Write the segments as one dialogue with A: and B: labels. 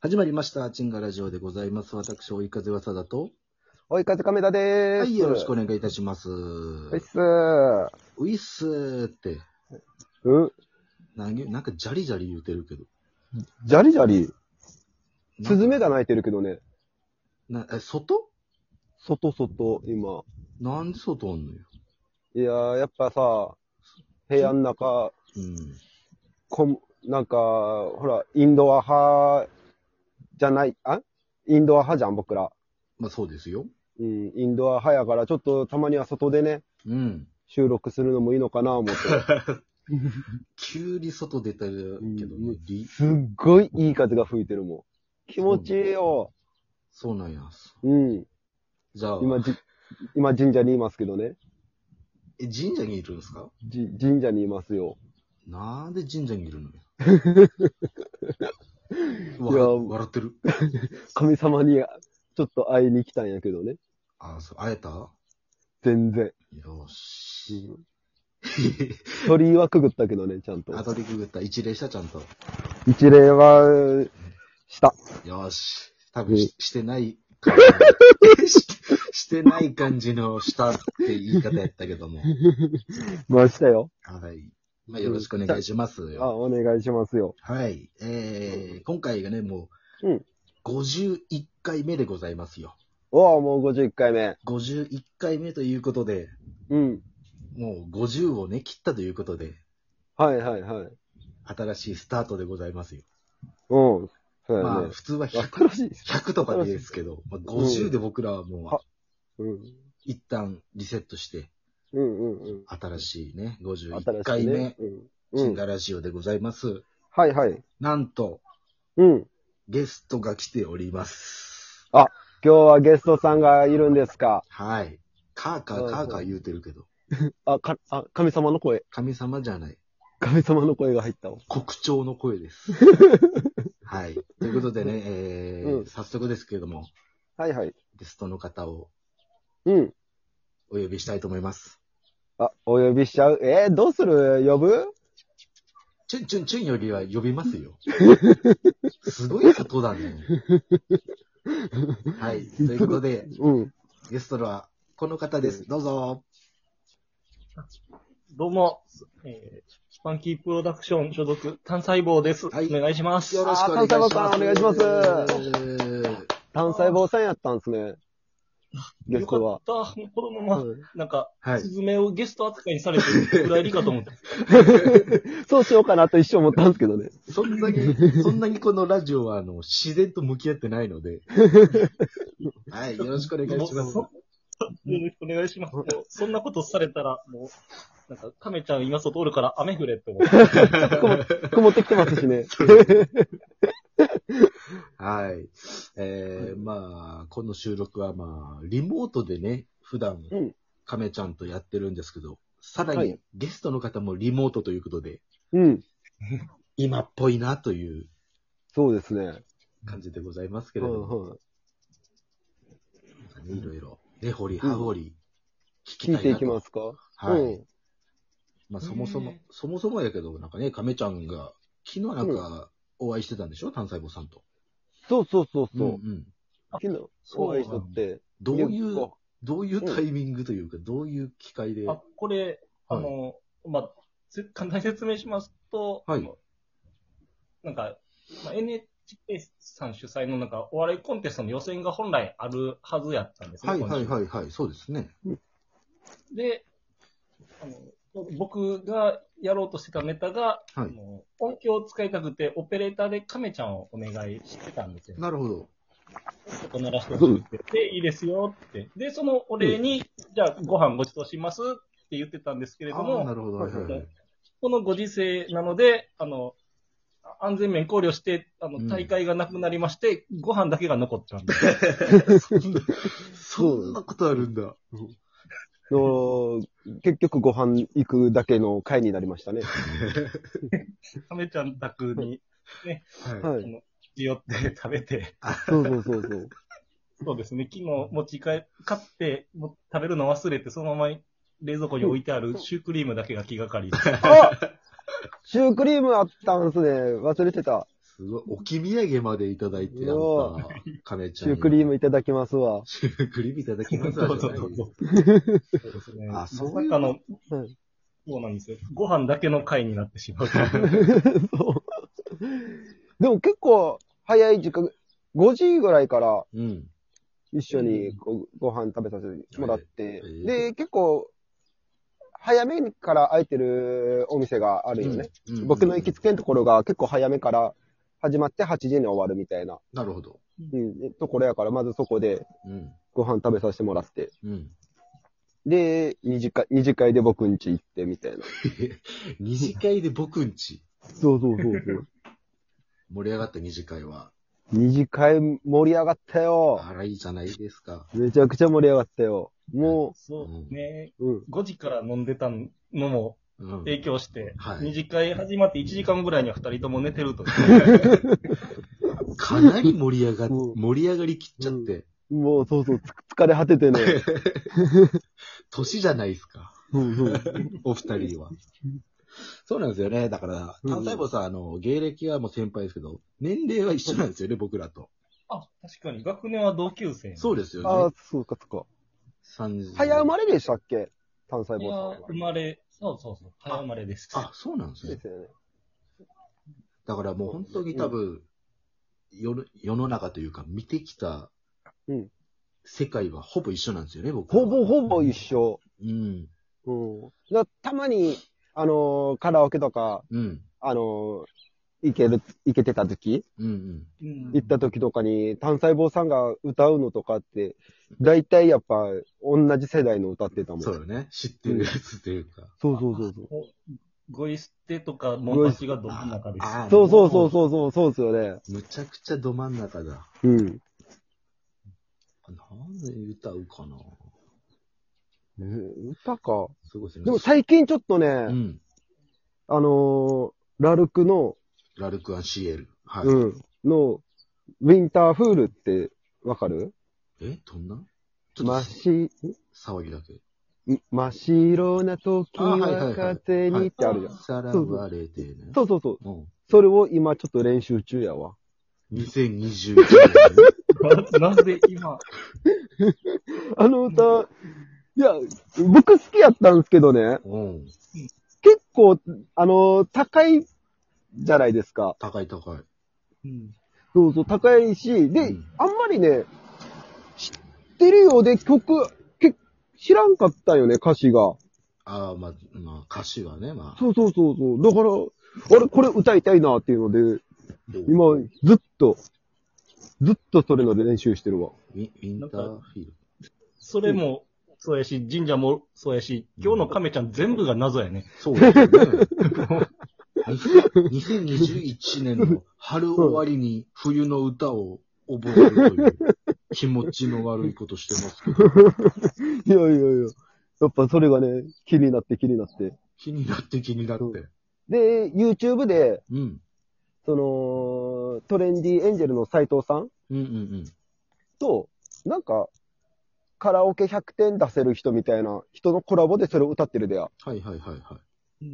A: 始まりました。チンガラジオでございます。私、追い風わさだと。
B: 追い風亀田でー
A: は
B: す。
A: い、よろしくお願いいたします。
B: おいっすー。
A: ウィスーって、
B: うん
A: なんげなんかジャリジャリ言うてるけど。
B: じゃりじゃり、
A: なんか
B: スズメが鳴いてるけどね。
A: なえ、外
B: 外外、今。
A: なんで外おんのよ。
B: いやー、やっぱさ、部屋の中、
A: うん。
B: こん、なんか、ほら、インドア派じゃない、あインドア派じゃん、僕ら。
A: まあそうですよ。
B: うん、インドア派やから、ちょっとたまには外でね、
A: うん。
B: 収録するのもいいのかな、思って。
A: 急に外出たけどね、
B: うん
A: り
B: すっごいいい風が吹いてるもん。気持ちいいよ。
A: そうなんや。
B: うん。
A: じゃあ、
B: 今じ、今神社にいますけどね。
A: え、神社にいるんですか
B: じ神社にいますよ。
A: なんで神社にいるのよ。
B: いや
A: 笑笑ってる。
B: 神様にちょっと会いに来たんやけどね。
A: あ、そう、会えた
B: 全然。
A: よし。
B: 鳥居はくぐったけどね、ちゃんと。
A: あとでくぐった。一礼した、ちゃんと。
B: 一礼は、した。
A: よし。多分
B: うん
A: ししてない 感じししてない感じのしたって言い方やったけども。
B: まあ、したよ。
A: はい。まあ、よろしくお願いしますよ
B: あ、お願いしますよ。
A: はい。えー、今回がね、もう、
B: うん
A: 51回目でございますよ。
B: おお、もう51回目。
A: 51回目ということで、
B: うん。
A: もう50をね、切ったということで、
B: はいはいはい。
A: 新しいスタートでございますよ。
B: うん。
A: ま
B: そうや
A: あ、
B: ね。
A: 普通は100、
B: 新しい。
A: 100とかでですけど、まあ、50で僕らはもう、
B: あうん。
A: 一旦リセットして、
B: うんうん
A: 新しいね、
B: うん。
A: 51
B: 新
A: 回
B: しい
A: 目、
B: ね。う
A: シ
B: ん。う
A: ン
B: ん。
A: ガラジオでございます。
B: はいはい。
A: なんと、
B: うん。
A: ゲストが来ております。
B: 今日はゲストさんがいるんですか
A: はい。カーカ
B: そう
A: ー
B: そう
A: カーカー言うてるけど、
B: あ、か、あ、神様の声。
A: 神様じゃない、
B: 神様の声が入ったわ。
A: 国鳥の声 です。はい。ということでね、えー
B: うん
A: 早速ですけれども、
B: はいはい。
A: ゲストの方を
B: うん。
A: お呼びしたいと思います。
B: あ、お呼びしちゃうえー、どうする呼ぶ
A: チュンチュンチュンよりは呼びます よ。すごいことだね。はい。ということで、
B: うん。
A: ゲストはこの方です。どうぞ。
C: どうも、えー、スパンキープロダクション所属、単細胞です。
A: はい
C: お願いします
A: よ。ろしくお願いします。
B: あー神様さんお願
A: す。
B: 単細胞さんやったんですね。ゲストは。
C: よかった。このまま、なんか、
A: はい
C: ス。ズメをゲスト扱いにされて、くらいりかと思って。
B: そうしようかなと一生思ったんですけどね。
A: そんなに、 そんなにこのラジオは、あの、自然と向き合ってないので。 はい、よろ しくお願いします。
C: もうよろしくお願 いします。もうそんなことされたら、もう、なんか、亀ちゃん今外おるから雨降れって思って。
B: 曇曇ってきてますしね。
A: はい。えー、まあ、この収録は、まあ、リモートでね、普段
B: うん、
A: 亀ちゃんとやってるんですけど、さら
B: は
A: に
B: い
A: ゲストの方もリモートということで、
B: うん。
A: 今っぽいなという
B: そうですね。
A: 感じでございますけ
B: う
A: れど
B: ん
A: も、
B: うん
A: いろいろ、根掘り葉掘り、聞き
B: 聞い
A: た
B: て
A: い
B: い
A: な
B: きま
A: と。
B: すか
A: はい。
B: うん
A: まあ、そもそも
C: ね、
A: そもそもやけど、なんかね、亀ちゃんが、昨日なんか、お会いしてたんでしょ単細胞さんと。
B: そうそうそう
A: う
B: そ
A: んう
B: う。
A: ん。
B: 昨日、お会いしとって。
A: どうい
B: 結
A: う、
B: 構
A: どういうタイミングというか、どういう機会で。
C: あ、これ、あの、まあ、せ簡単に説明しますと、
A: はい
C: あのなんか、まあ、NHK さん主催のなんか、お笑いコンテストの予選が本来あるはずやったんですね。
A: はいはい
C: 今
A: はいはい、そうですね。
C: 週で、あの、僕がやろうとしてたネタが、
A: はい
C: あの音響を使いたくて、オペレーターで亀ちゃんをお願いしてたんですよ。
A: なるほど。
C: ちょっと鳴らしてほしいって。で、いいですよって。で、そのお礼に、じゃあご飯ごちそうしますって言ってたんですけれど
A: あ
C: も
A: あ、なるほど。はいはいはい。
C: このご時世なので、あの、安全面考慮して、あ
A: うん
C: の、大会がなくなりまして、ご飯だけが残っちゃうんです。
A: そんなことあるんだ。
B: の結局ご飯行くだけの会になりましたね。
C: 亀ちゃん宅に
A: はい。
B: はい。
C: 寄って食べて、
B: そうそうそうそう。
C: そうですね、昨日持ち帰、買って、もう食べるの忘れて、そのまま冷蔵庫に置いてあるシュークリームだけが気がかり。
B: あシュークリームあったんすね。忘れてた。
A: すごい。置き土産までいただいて、あん
B: う
A: た、亀ちゃ
B: シ
A: ん
B: ュ
A: に。
B: ークリームいただきますわ。
A: シュークリームいただき
C: そ
A: ま
C: う
A: すわ
C: そ
A: じゃ
C: うそ
A: な
C: う
A: いよ。
C: そうですね
A: あそういう
C: まさかの、
B: うん
C: そうなんですよ。ご飯だけの回になってしまう。
B: そう。でも結構早い時間、5時ぐらいから
A: うん。
B: 一緒にごご飯食べさせてもらって
A: はい、
B: で、結構早めから空いてるお店があるよね。
A: うん。うん
B: 僕の行きつけのところが結構早めから始まって8時に終わるみたいな、
A: なるほど。
B: うん、ところやから、まずそこで
A: うん。
B: ご飯食べさせてもらって、
A: うん。
B: で、二次会、二次会で僕ん家行ってみたいな。
A: 二次会で僕んち。
B: そうそうそうそう。
A: 盛り上がった二次会は。
B: 二次会盛り上がったよ。
A: あら、いいじゃないですか。
B: めちゃくちゃ盛り上がったよ。も
C: そうね。
B: う、うん。
C: 5時から飲んでたのも
A: うん。
C: 影響して、
A: はい
C: 二次会始まって1時間ぐらいには2人とも寝てるという。
A: かなり盛り上が、
B: うん
A: 盛り上がりきっちゃって、
B: もう、そうそう、つ疲れ果ててね。
A: 年じゃないですか。
B: うんうん
A: お二人は。そうなんですよね。だから、
B: うん
A: 例えばさん、あの、芸歴はもう先輩ですけど、年齢は一緒なんですよね、僕らと。
C: あ、確かに。学年は同級生。
A: そうですよ
B: あ
A: ね
B: あ、。そうか、そうか。
A: 30
B: 早生まれでしたっけ単細
C: いや
B: 胞さんは。
C: 生まれ、そうそうそう。早生まれです。
A: あ、そうなんです
B: で
A: ね。
B: すよね。
A: だからもう本当に多分、世の世の中というか、見てきた
B: うん、
A: 世界はほぼ一緒なんですよね、僕は
B: ほぼほぼ一緒。
A: うん。
B: うん。だからたまに、あのーカラオケとか、
A: うん。
B: あのー行ける、行けてた時
A: うんうん。
C: うん
B: 行った時とかに、単細胞さんが歌うのとかって、大体やっぱ、同じ世代の歌ってたもん。
A: そうよね。知ってるやつというか。
B: そうそうそうそう。
C: ゴイステとか、モンパチがど真ん中です。
A: あー
B: そうそうそうそうそう、そうですよね。
A: むちゃくちゃど真ん中だ。
B: うん。
A: なんで歌うかな
B: ね歌か。
A: すごいですね。
B: でも最近ちょっとね、
A: うん。
B: あのーラルクの、
A: ラルクアンシエル。はい。
B: うん、の、ウィンターフールってわかる
A: えどんなちょっと
B: 真し、
A: 騒ぎだけ。
B: ん真っ白な時
A: あはいはいは
B: はい風にってあるじゃん。
A: さらわれてね。
B: そうそうそう。
A: うん。
B: それを今ちょっと練習中やわ。
A: 2020年。
C: ななぜ今、
B: あの歌、いや、僕好きやったんですけどね、
A: うん。
B: 結構、あのー高いじゃないですか。
A: 高い高い。
C: うん
B: そうそう、高いし、で、
A: うん
B: あんまりね、知ってるようで曲、け知らんかったよね、歌詞が。
A: ああ、まあ、まあ、歌詞はね、まあ。
B: そうそうそうそう。だから、あれ、これ歌いたいなっていうので、今、ずっと、ずっとそれので練習してるわ。
A: ウィウィンターフィール
C: それも、そうやし、神社もそうやし、今日の亀ちゃん全部が謎やね。
A: ド。そうですね。2021年の春終わりに冬の歌を覚えるという気持ちの悪いことしてますけど、
B: いやいやいや。やっぱそれがね、気になって気になって。
A: 気になって気になって。
B: で、YouTube で、
A: うん。
B: その、トレンディエンジェルの斉藤さん
A: うんうん
B: と、なんか、カラオケ100点出せる人みたいな人のコラボでそれを歌ってるでや。
A: うん。はいはいはいはい。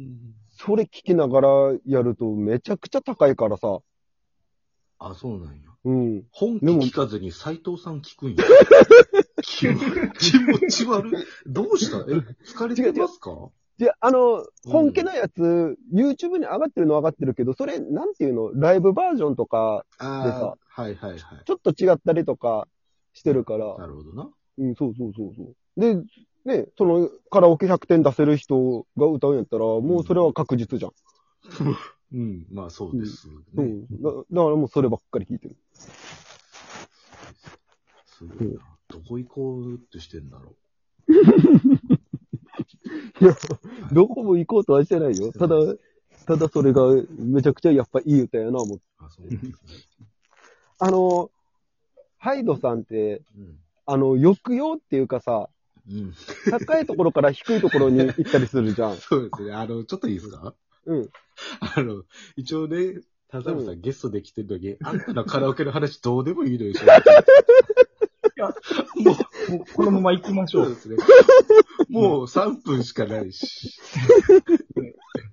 B: それ聞きながらやるとめちゃくちゃ高いからさ。
A: あ、そうなんや。
B: うん。
A: 本気
B: でも
A: 聞かずに斎藤さん聞くん や。気持気持ち悪い。どうしたえ、疲れてますか
B: で、あの、
A: うん
B: 本家のやつ、YouTube に上がってるのは上がってるけど、それ、なんていうの、ライブバージョンとか、で
A: あ
B: さ
A: あ、はいはいはい。
B: ちょっと違ったりとかしてるから、
A: なるほどな。
B: うん、そうそうそうそう。で、ね、その、カラオケ100点出せる人が歌うんやったら、もうそれは確実じゃん。
A: うん、まあそうです、ね
B: うん。だだからもうそればっかり聞いてる。
A: すごいな。どこ行こうってしてんだろ
B: いや、どこも行こうとはしてないよ。ただ、ただそれが、めちゃくちゃやっぱいい歌やな、思う。
A: う。あ、そうなんですね。
B: あの、ハイドさんって、
A: うん。
B: あの、抑揚っていうかさ、
A: うん。
B: 高いところから低いところに行ったりするじ ゃん。
A: そうですね。あの、ちょっといいですか
B: うん。
A: あの、一応ね、田沢さんゲストで来てる時あんたのカラオケの話どうでもいいのよ、正直もう、
C: もうこのま ま行きましょ
A: そう
C: う。
A: ですね。もう3分しかないし。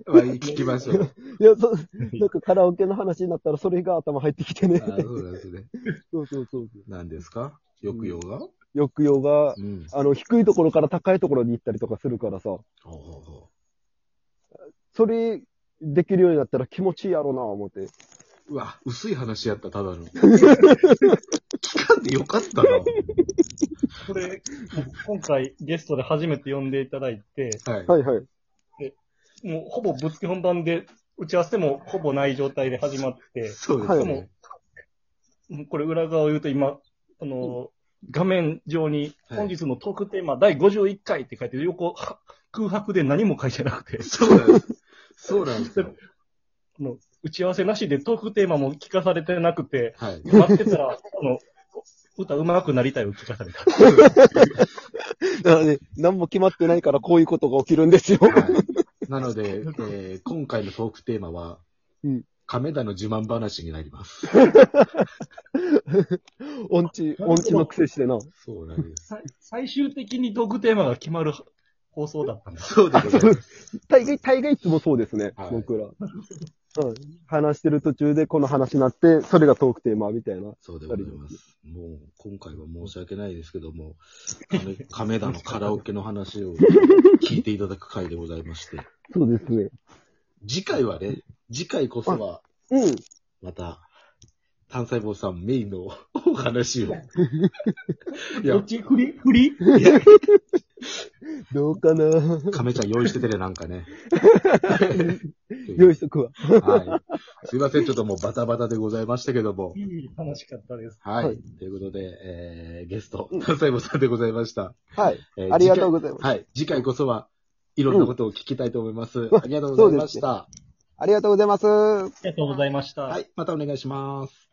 A: まあ、聞きましょう。
B: いや、そ、なんかカラオケの話になったらそれが頭入ってきてね
A: あ。ーそうなんですね。
B: そうそうそう。
A: 何ですか抑揚が
B: 抑揚が、
A: うん。
B: あの、低いところから高いところに行ったりとかするからさ、
A: ほうほうほ
B: それできるようになったら気持ちいいやろうな、思って。
A: う。うわ、薄い話やった、た だの。聞かんでよかったな。
C: これ、今回ゲストで初めて呼んでいただいて、
A: はい。
B: はいはい。
C: もうほぼぶっつけ本番で、打ち合わせもほぼない状態で始まって、
A: そうですね。
B: は
C: もうこれ裏側を言うと今、あの、画面上に、
A: はい
C: 本日のトークテーマ第51回って書いて、横、は空白で何も書いてなくて、
A: そうなんです。そうなんですよ。
C: あの打ち合わせなしでトークテーマも聞かされてなくて、
A: はい。
C: 待ってた ら、あの、歌上手くなりたいを聞かされた。
B: だからね、何も決まってないからこういうことが起きるんですよ。
A: はい、 なので、えー今回のトークテーマは、
B: うん
A: 亀田の自慢話になります。
B: 音痴、音痴の癖してな。
A: そうなんです。
C: さ最終的にトークテーマが決まる放送だったんで す。
A: そうでございます。
B: 大概、大概いつもそうですね、
A: はい
B: 僕ら。うん。話してる途中でこの話になって、それがトークテーマみたいな。
A: そうでございます。もう、今回は申し訳ないですけども、 亀亀田のカラオケの話を聞いていただく回でございまして、
B: そうですね。
A: 次回はね、次回こそは、
B: うん。
A: また、単細胞さんメインの お話を。い
C: ど
A: や
C: っ、ち振り振り
B: どうかな
A: 亀ちゃん用意しててね、なんかね。
B: 用意しとくわ。
A: はい。すいません、ちょっともうバタバタでございましたけども。
C: いい楽しかったです。
A: はい。
B: はい
A: ということで、えー、ゲスト、関西部さんでございました。
B: はい。
A: えー
B: ありがとうございま
A: 次
B: す
A: 回はい。次回こそはいろんなことを聞きたいと思います。
B: ん
A: ありがとうございまし
B: そ
A: た。
B: ありがとうございます。
C: ありがとうございました。
A: はい。またお願いします。